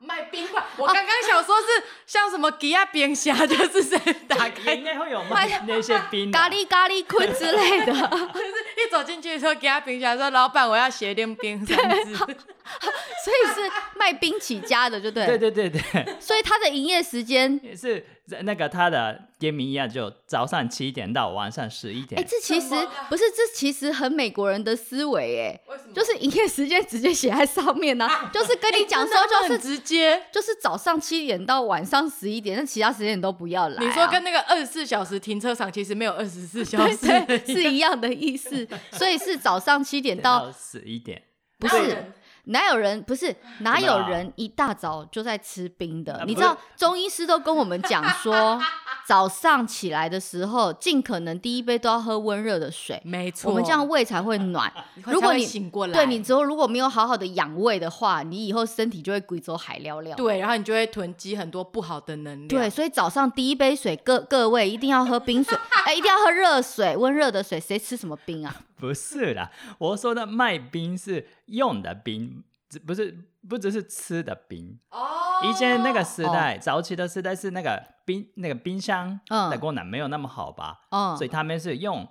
S2: 卖冰块。 [LAUGHS] 我刚刚想说是像什么吉亚冰虾，就是在打开，
S3: 应该会有卖那些冰啊的
S1: 咖喱咖喱坤之类的， [LAUGHS]
S2: 哦就是一走进去说吉亚冰虾，说老板我要斜冰冰 [LAUGHS] 三只。
S1: 所以是卖冰起家的，就对。
S3: 对对对 [LAUGHS] 对，
S1: 所以它的营业时间
S3: 也是那个它的店名一样，就早上七点到晚上十一
S1: 哎、
S3: 点。
S1: 这其实
S2: 什么啊
S1: 不是，这其实很美国人的思维哎，
S2: 为什么啊哎
S1: 就是营业时间直接写在上面呢、就是跟你讲说就是、
S2: 很直接。
S1: 就是早上七点到晚上十一点，那其他时间你都不要来啊、
S2: 你说跟那个二十四小时停车场其实没有二十四小时
S1: [LAUGHS] 对
S2: [LAUGHS]
S1: 对是一样的意思，所以是早上七点到
S3: 十一点，
S1: 不
S2: 对
S1: 是
S2: 人
S1: 哪有人不是哪
S3: 真的啊
S1: 有人一大早就在吃冰的？
S3: 啊
S1: 你
S3: 不
S1: 知
S3: 是
S1: 道中医师都跟我们讲
S2: [LAUGHS]
S1: 说，早上起来的时候，尽可能第一杯都要喝温热的水，
S2: 没错，
S1: 我们这样胃才会暖。
S2: 你会
S1: 如果
S2: 才会
S1: 你
S2: 醒过来，
S1: 对你之后如果没有好好的养胃的话，你以后身体就会鬼走海撩撩。
S2: 对，然啊后你就会囤积很多不好的能量。
S1: 对，，所以早上第一杯水，各各位一定要喝冰水，哎、一定要喝热水，温热的水。谁吃什么冰啊？
S3: 不是啦，我说的卖冰是用的冰，只不是不只是吃的冰。
S2: 哦
S3: 以前那个时代，早期的时代是那个冰那个冰箱
S1: 嗯
S3: 的功能没有那么好吧，
S1: 嗯哦
S3: 所以，他们是用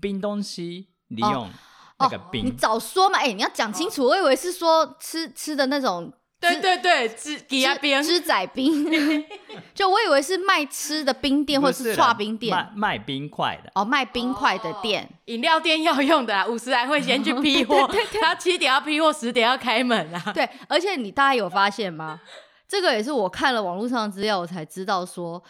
S3: 冰东西利用那个
S1: 你
S3: 冰。
S1: 早说嘛！哎、你要讲清楚，我以为是说吃吃的那种
S2: 对对对，只给
S1: 芝
S2: 他边
S1: 芝仔冰，就我以为是卖吃的冰店或
S3: 不
S1: 者是
S3: 啦
S1: 刷冰
S3: 卖
S1: 店
S3: 卖冰块的，
S1: 哦，卖冰块的店。
S2: 饮料店要用的啦，啊五十来会先去
S1: [LAUGHS]
S2: 批货，他七点要批货，十点要开门啊。
S1: 对，而且你大家有发现吗？这个也是我看了网络上的资料，我才知道说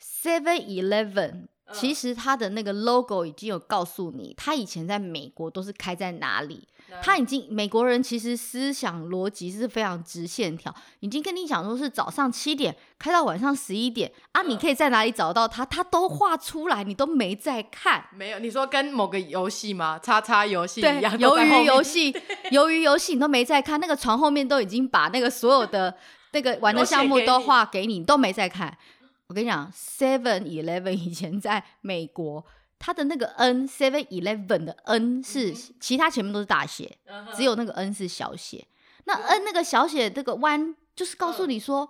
S1: Seven Eleven 其实它的那个 logo 已经有告诉你，它以前在美国都是开在哪里。
S2: 嗯
S1: 他已经美国人其实思想逻辑是非常直线条，已经跟你讲说是早上七点开到晚上十一点啊，你可以在哪里找到他，他都画出来，你都没在看。
S2: 没有，你说跟某个游戏吗？叉叉游戏
S1: 对
S2: 一，样，都
S1: 鱿
S2: 在后
S1: 鱼
S2: 面
S1: 游戏， [LAUGHS] 鱿鱼游戏你都没在看，那个床后面都已经把那个所有的那个玩的
S2: 都写
S1: 项目
S2: 给
S1: 都
S2: 你
S1: 画给你，你都没在看。我跟你讲，Seven Eleven 以前在美国，它的那个 N Seven Eleven 的 N
S2: 嗯
S1: 是、其他前面都是大写，只有那个 N 是小写。那
S2: 嗯
S1: N 那个小写这个弯就是告诉你说，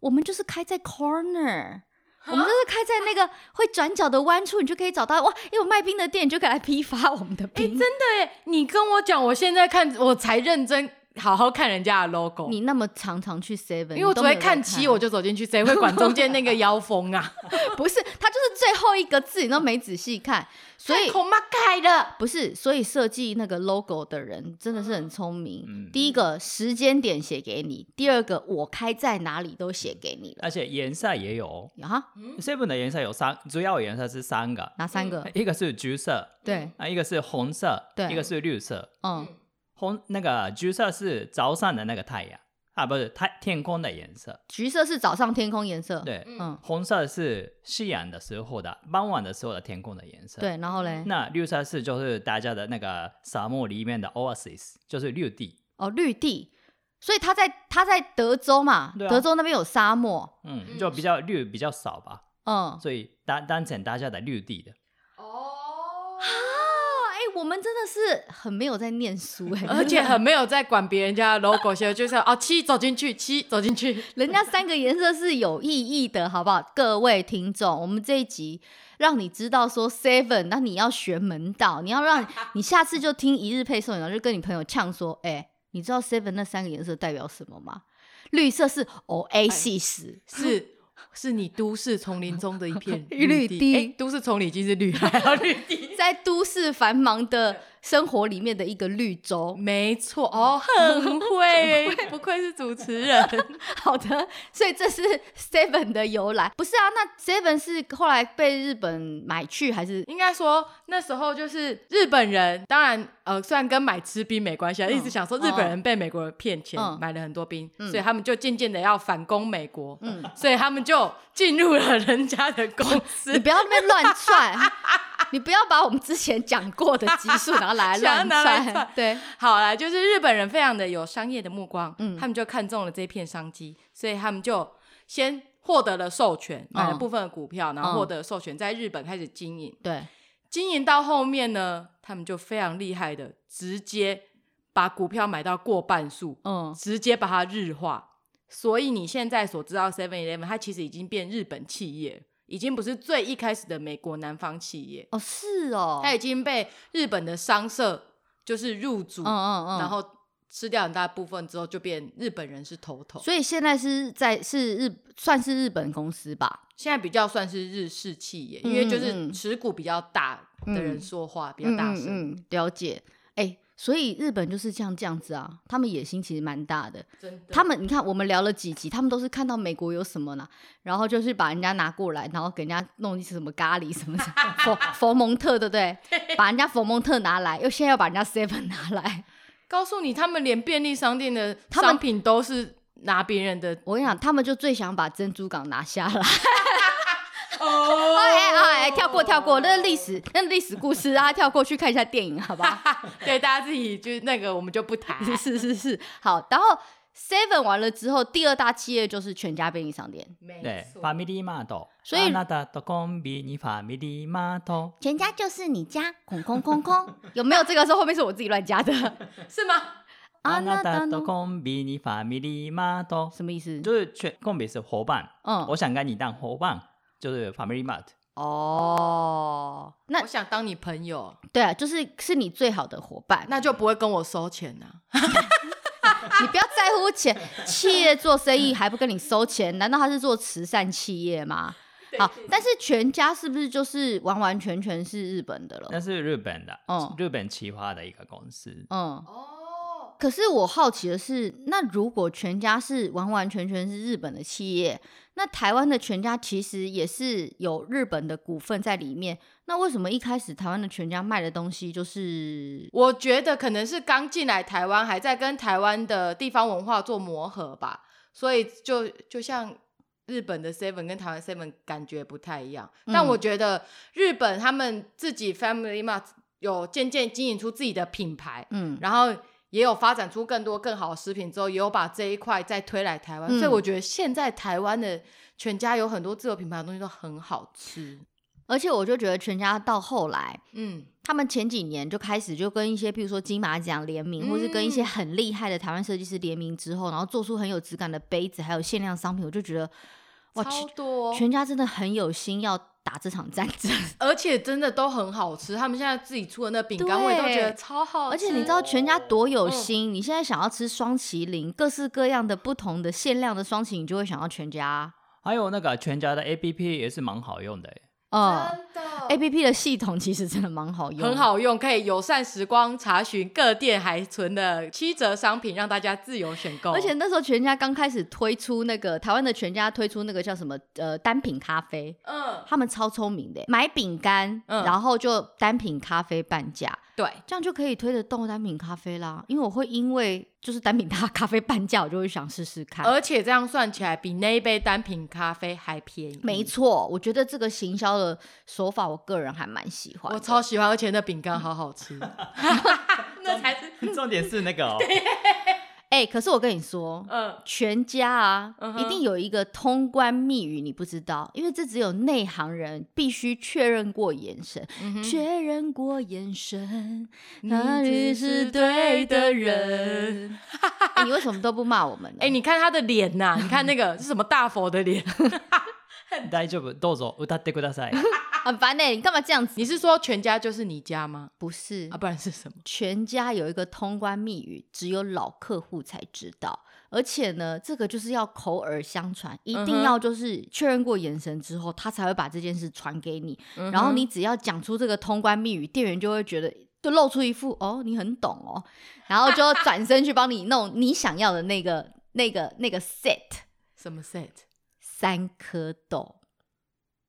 S1: 我们就是开在
S2: [GASPS]
S1: corner。我们就是开在那个会转角的弯处，你就可以找到哇！因为有卖冰的店，你就可以来批发我们的冰。
S2: 真的耶！你跟我讲，我现在看我才认真好好看人家的 logo，
S1: 你那么常常去 Seven，
S2: 因为我只会看七，我
S1: 就
S2: 就走进去，谁会管中间那个妖风啊？
S1: 不是它就是最后一个字，你都没仔细看， [LAUGHS] 所以
S2: 恐怕改了。
S1: 不是，所以设计那个 logo 的人真的是很聪明。
S3: 嗯
S1: 第一个时间点写给你，第二个我开在哪里都写给你了。
S3: 而且颜色也有
S1: 啊，
S3: ，seven 的颜色有三，主要颜色是三个，
S1: 哪三个？
S3: 一个是橘色，
S1: 对，
S3: 啊，一个是红色，
S1: 嗯对
S3: 一个是绿色。
S1: 嗯，
S3: 红那个橘色是早上的那个太阳啊，不是太天空的颜色。
S1: 橘色是早上天空颜色，，
S3: 对，
S1: 嗯，
S3: 红色是夕阳的时候的傍晚的时候的天空的颜色。，
S1: 对，嗯然后嘞，
S3: 那绿色是就是大家的那个沙漠里面的 oasis，就是绿地。
S1: 哦，绿地，所以他在他在德州嘛，
S3: 对啊
S1: 德州那边有沙漠，
S3: 嗯，
S2: 嗯
S3: 就比较绿比较少吧，
S1: 嗯，
S3: 所以当当成大家的绿地的。
S2: 哦，
S1: 哦，哎、我们真的是很没有在念书哎、 [LAUGHS]
S2: 而且很没有在管别人家的 logo，现在就是哦，七走进去，七走进
S1: [LAUGHS]
S2: 去。
S1: 人家三个颜色是有意义的，好不好？各位听众，我们这一集让你知道说 seven，那你要学门道，你要让你下次就听一日配送，然后就跟你朋友呛说，哎、你知道 seven 那三个颜色代表什么吗？绿色是 oasis，
S2: 是是你都市丛林中的一片
S1: [LAUGHS] 绿
S2: 地，
S1: 地
S2: 诶都市丛林已经是绿了，还要绿地，
S1: 在都市繁忙的生活里面的一个绿洲。
S2: 没错哦，很会，不愧是主持
S1: [LAUGHS]
S2: 人，
S1: 好的， [LAUGHS] 所以这是 seven 的由来。不是啊，那 seven 是后来被日本买去还是？
S2: 应该说那时候就是日本人，当然呃，虽然跟买吃冰没关系，啊，一直想说日本人被美国人骗钱，
S1: 嗯
S2: 买了很多冰，
S1: 嗯
S2: 所以他们就渐渐的要反攻美国，
S1: 嗯
S2: 所以他们就进入了人家的公
S1: 你
S2: 司。
S1: 不要那边乱串，你不要把我们之前讲过的集数拿来
S2: 想要
S1: 乱
S2: 拿来
S1: 串
S2: 串。
S1: 对，
S2: [LAUGHS] 好啦，就是日本人非常的有商业的目光，
S1: 嗯
S2: 他们就看中了这片商机，所以他们就先获得了授权，买
S1: 哦
S2: 了部分的股票，然后获得了授权，在日本开始经营。
S1: 对，
S2: 经营到后面呢，他们就非常厉害的，直接把股票买到过半数，
S1: 嗯，
S2: 直接把它日化。所以你现在所知道 Seven Eleven，它其实已经变日本企业了，已经不是最一开始的美国南方企业，
S1: 哦，是哦，
S2: 它已经被日本的商社就是入主，
S1: 嗯嗯嗯，
S2: 然后吃掉很大部分之后，就变日本人是头头。
S1: 所以现在是在是日算是日本公司吧？
S2: 现在比较算是日式企业，因
S1: 嗯
S2: 为就
S1: 嗯
S2: 是
S1: 嗯
S2: 持股比较大的人
S1: 嗯
S2: 说话比较大
S1: 嗯，
S2: 声，
S1: 嗯嗯了解。哎，所以日本就是这样这样子啊，他们野心其实蛮大的。
S2: 真的。
S1: 他们你看，我们聊了几集，他们都是看到美国有什么呢，然后就是把人家拿过来，然后给人家弄一些什么咖喱什么的 [LAUGHS] 佛佛蒙特，对不对？把人家佛蒙特拿来，又现在要把人家 seven 拿来，
S2: 告诉你，他们连便利商店的
S1: 他们
S2: 商品都是拿别人的。
S1: 我跟你讲，他们就最想把珍珠港拿下 [LAUGHS] 来。
S2: 哦，
S1: 哎哎哎，跳过跳过，那是历史，那是历史故事，大啊家跳过去看一下电影，好 [LAUGHS] 吧？
S2: [LAUGHS] 对，大家自己就是那个，我们就不谈。
S1: 是是是，好。然后 Seven 完了之后，第二大企业就是全家便利商店，
S2: 没
S3: 对
S2: 错
S3: ，Family 啊 Mart，
S1: 所以
S3: あなたとコンビニ Family Mart，
S1: 全家就是你家，空空空空， [LAUGHS] 有没有？这个是后面是我自己乱加的。
S2: 是吗？
S1: 啊
S3: あ
S1: 那
S3: な
S1: 当
S3: たとコンビニ Family Mart，
S1: 什么意思？
S3: 就是全 c o m 是伙伴，
S1: 嗯
S3: 我想跟你当伙伴，就是 Family Mart。
S1: 哦，那
S2: 我想当你朋友，
S1: 对啊，就是是你最好的伙伴，
S2: 那就不会跟我收钱啊呐、
S1: 你不要在乎钱。企业做生意还不跟你收钱，难道他是做慈善企业吗？好，但是全家是不是就是完完全全是日本的了
S3: 那？是日本的，
S1: 嗯
S3: 日本企划的一个公司。
S1: 嗯，
S2: 哦，
S1: 可是我好奇的是，那如果全家是完完全全是日本的企业，那台湾的全家其实也是有日本的股份在里面，那为什么一开始台湾的全家卖的东西就是
S2: 我觉得可能是刚进来台湾，还在跟台湾的地方文化做磨合吧，所以就就像日本的 Seven 跟台湾 Seven 感觉不太一样。但
S1: 嗯
S2: 我觉得日本他们自己 Family Mart 有渐渐经营出自己的品牌，
S1: 嗯
S2: 然后也有发展出更多更好的食品之后，也有把这一块再推来台湾，
S1: 嗯
S2: 所以我觉得现在台湾的全家有很多自有品牌的东西都很好吃。
S1: 而且我就觉得全家到后来，
S2: 嗯，
S1: 他们前几年就开始就跟一些，譬如说金马奖联名，
S2: 嗯
S1: 或是跟一些很厉害的台湾设计师联名之后，然后做出很有质感的杯子，还有限量商品，我就觉得哇，
S2: 超
S1: 全
S2: 多，
S1: 全家真的很有心要打这场战争。
S2: 而且真的都很好吃。他们现在自己出的那饼干，
S1: 对
S2: 我也都觉得超嗯好吃。
S1: 而且你知道全家多有心，你现在想要吃双麒麟，各式各样的不同的限量的双麒麟，你就会想要全家。
S3: 还有那个全家的 APP 也是蛮好用的耶， [LAUGHS]
S1: 嗯
S2: 真的哎
S1: ，A P P 的系统其实真的蛮好用，
S2: 很。好用，可以友善时光查询各店还存的七折商品，让大家自由选购。
S1: 而且那时候全家刚开始推出那个台湾的全家推出那个叫什么呃单品咖啡，
S2: 嗯，
S1: 他们超聪明的，买饼干，
S2: 嗯
S1: 然后就单品咖啡半价，
S2: 对，
S1: 这样就可以推得动单品咖啡啦。因为我会因为就是单品咖咖啡半价，我就会想试试看。
S2: 而且这样算起来比那一杯单品咖啡还便宜。
S1: 没错，我觉得这个行销的手法，我个人还蛮喜欢的。
S2: 我超喜欢，而且那饼干好
S1: [LAUGHS]
S2: 好吃， [LAUGHS] 那才是
S3: 重点是那个哦，
S1: 哎、可是我跟你说，
S2: 嗯
S1: 全家啊，
S2: 嗯哼
S1: 一定有一个通关密语，你不知道，因为这只有内行人必须确认过眼神，
S2: 嗯
S1: 确认过眼神，哪里是对的人？。
S2: [LAUGHS]
S1: 哎你为什么都不骂我们呢？
S2: 哎、你看他的脸呐、你看那个是什么大佛的脸？ [LAUGHS]
S3: 大丈夫，どうぞ歌ってください。
S1: 很烦欸呢、你干嘛这样子？
S2: 你是说全家就是你家吗？
S1: 不是
S2: 啊，不然是什么？
S1: 全家有一个通关密语，只有老客户才知道。而且呢，这个就是要口耳相传，一
S2: 嗯
S1: 定
S2: 哼
S1: 要就是确认过眼神之后，他才会把这件事传给你。
S2: 嗯
S1: 然后你只要讲出这个通关密语，店员就会觉得就露出一副哦，你很懂哦，然后就转身去帮你弄你想要的那个那个那个 set
S2: 什么 set？
S1: 三颗豆。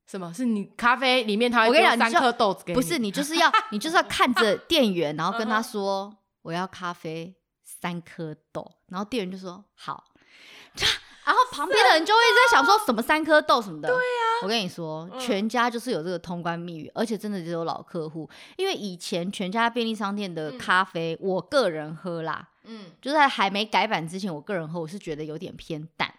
S2: 什么是你咖啡里面它会
S1: 我跟你
S2: 丢
S1: 讲你
S2: 三
S1: 就
S2: 颗豆子给
S1: 不是
S2: 你
S1: 你就是要你就是要看
S2: [LAUGHS]
S1: 着店员，然后跟他
S2: 嗯哼
S1: 说我要咖啡三颗豆，然后店员就说好， [LAUGHS] 然后旁边的人就会在想说什么三颗豆什么的。对呀、我跟你说，
S2: 啊嗯
S1: 全家就是有这个通关密语，而且真的只有老客户，因为以前全家便利商店的
S2: 嗯
S1: 咖啡，我个人喝啦。
S2: 嗯
S1: 就在还没改版之前，我个人喝我是觉得有点偏淡，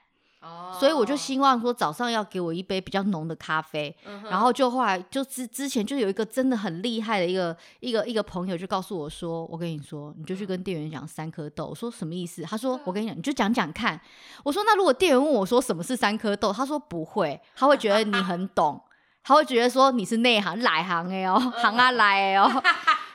S2: 哦
S1: 所以我就希望说早上要给我一杯比较浓的咖啡，
S2: 嗯哼
S1: 然后就后来就之之前就有一个真的很厉害的一个一个一个朋友就告诉我说，我跟你说，你就去
S2: 嗯
S1: 跟店员讲三颗豆。我说什么意思？他
S2: 啊
S1: 说我跟你讲，你就讲讲看。我说那如果店员问我说什么是三颗豆，他说不会，他会觉得你很懂，他会觉得说你是内行来行哎哦，行
S2: 嗯
S1: 啊来哎
S2: [LAUGHS]
S1: 哦。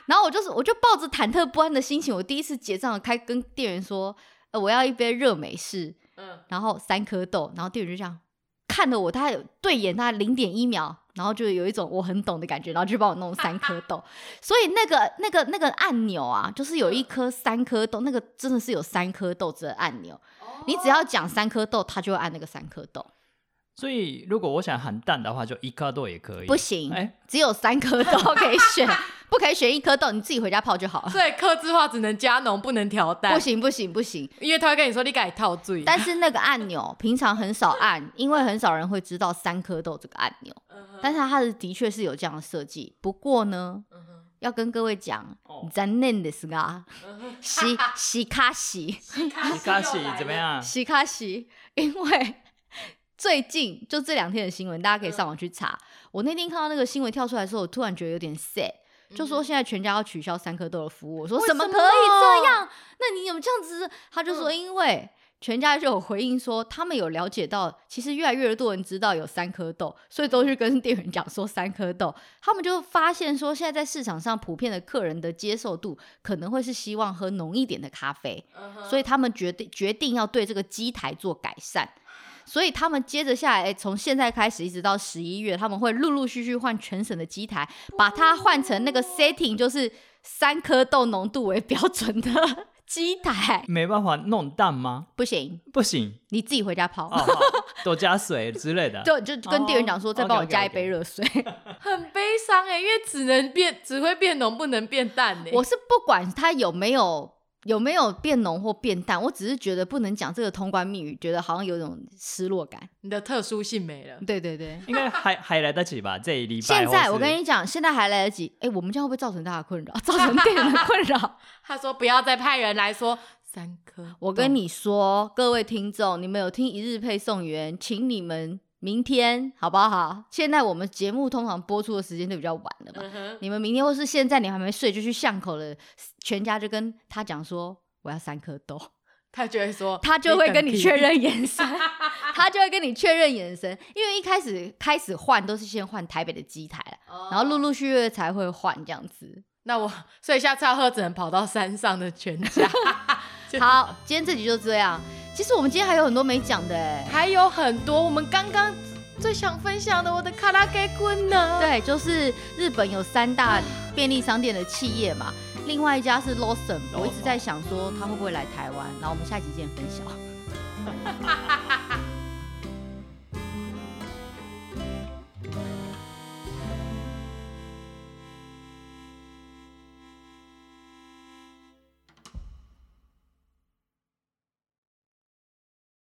S1: 然后我就是我就抱着忐忑不安的心情，我第一次结账开跟店员说，呃，我要一杯热美式。
S2: 嗯
S1: 然后三颗豆，然后店员就这样看了我，他有对眼他零点一秒，然后就有一种我很懂的感觉，然后就帮我弄三颗
S3: [LAUGHS]
S1: 豆。所以那个那个那个按钮啊，就是有
S3: 嗯
S1: 一颗三颗豆，那个真的是有三颗豆子的按钮，
S2: 哦
S1: 你只要讲三颗豆，他就会按那个三颗豆，
S3: 所以如果我想很淡的话，就一颗多也可以。
S1: 不行
S3: 哎，
S1: 只有三颗豆可以选，不可以选一颗豆，你自己回家泡就好了。
S2: [LAUGHS] 所以克制化只能加浓，不能调
S1: 不
S2: 淡，
S1: 行不行不
S3: 嗯
S1: 行！
S2: 因为他会跟你说你改套醉。
S1: 但是那个按钮平常很少按，因为很少人会知道三颗豆这个按钮。
S2: 嗯
S1: 但是它是的确是有这样的设计。不过呢，
S2: 嗯
S1: [LAUGHS] 要跟各位讲
S3: 哦，
S1: 咱念的是啊，西西卡西。
S3: 你开始怎么？样？
S1: 西卡西， [LAUGHS] 因为最近就这两天的新闻，大家可以上网去查。我那天看到那个新闻跳出来的时候，我突然觉得有点 sad，就说现在全家要取消三颗豆的服务，我说
S2: 为
S1: 怎么
S2: 什
S1: 可以这
S2: 么
S1: 样？嗯那你怎么这样子？他就说因为。全家就有回应说，他们有了解到，其实越来越多人知道有三颗豆，所以都去跟店员讲说三颗豆。他们就发现说，现在在市场上普遍的客人的接受度，可能会是希望喝浓一点的咖啡。所以他们决定决定要对这个机台做改善。所以他们接着下来，哎从现在开始一直到十一月，他们会陆陆续续换全省的机台，把它换成那个 setting，就是三颗豆浓度为标准的机台。
S3: 没办法弄淡吗？
S1: 不行，
S3: 不行，
S1: 你自己回家泡。
S3: 哦，好
S1: [LAUGHS]
S3: 多加水之类的。
S1: 就就跟店员讲说，
S3: 哦
S1: 再帮我
S3: OK，OK，OK
S1: 加一杯热水。
S2: 很悲伤哎、因为只能变，只会变浓，不能变淡哎、
S1: 我是不管它有没有有没有变浓或变淡，我只是觉得不能讲这个通关密语，觉得好像有种失落感。
S2: 你的特殊性没了。
S1: 对对对，
S3: 应该还还来得及吧？这一礼拜
S1: 现
S3: 或
S1: 在
S3: 是
S1: 我跟你讲，现在还来得及。哎、我们这样会不会造成大家的困扰？ [LAUGHS] 造成店员的困 [LAUGHS] 扰？
S2: 他说不要再派人来说三颗，
S1: 我跟你说，各位听众，你们有听一日配送员，请你们明天好不好？现在我们节目通常播出的时间就比较晚了嘛，
S2: 嗯哼，
S1: 你们明天或是现在你还没睡，就去巷口的全家就跟他讲说。我要三颗豆， [LAUGHS]
S2: 他就会说，
S1: 他就会跟你确
S2: 等屁。
S1: 认眼神， [LAUGHS] 他就会跟你确认眼神，因为一开始开始换都是先换台北的机台了，
S2: 哦
S1: 然后陆陆续续才会换这样子。
S2: 那我，所以下次要喝只能跑到山上的全家。 [LAUGHS]
S1: 好，今天这集就这样。其实我们今天还有很多没讲的哎、
S2: 还有很多我们刚刚最想分享的，我的卡拉给棍呢？，
S1: 对，就是日本有三大便利商店的企业嘛，另外一家是 Lawson，我一直在想说他会不会来台湾，然后我们下集见分晓。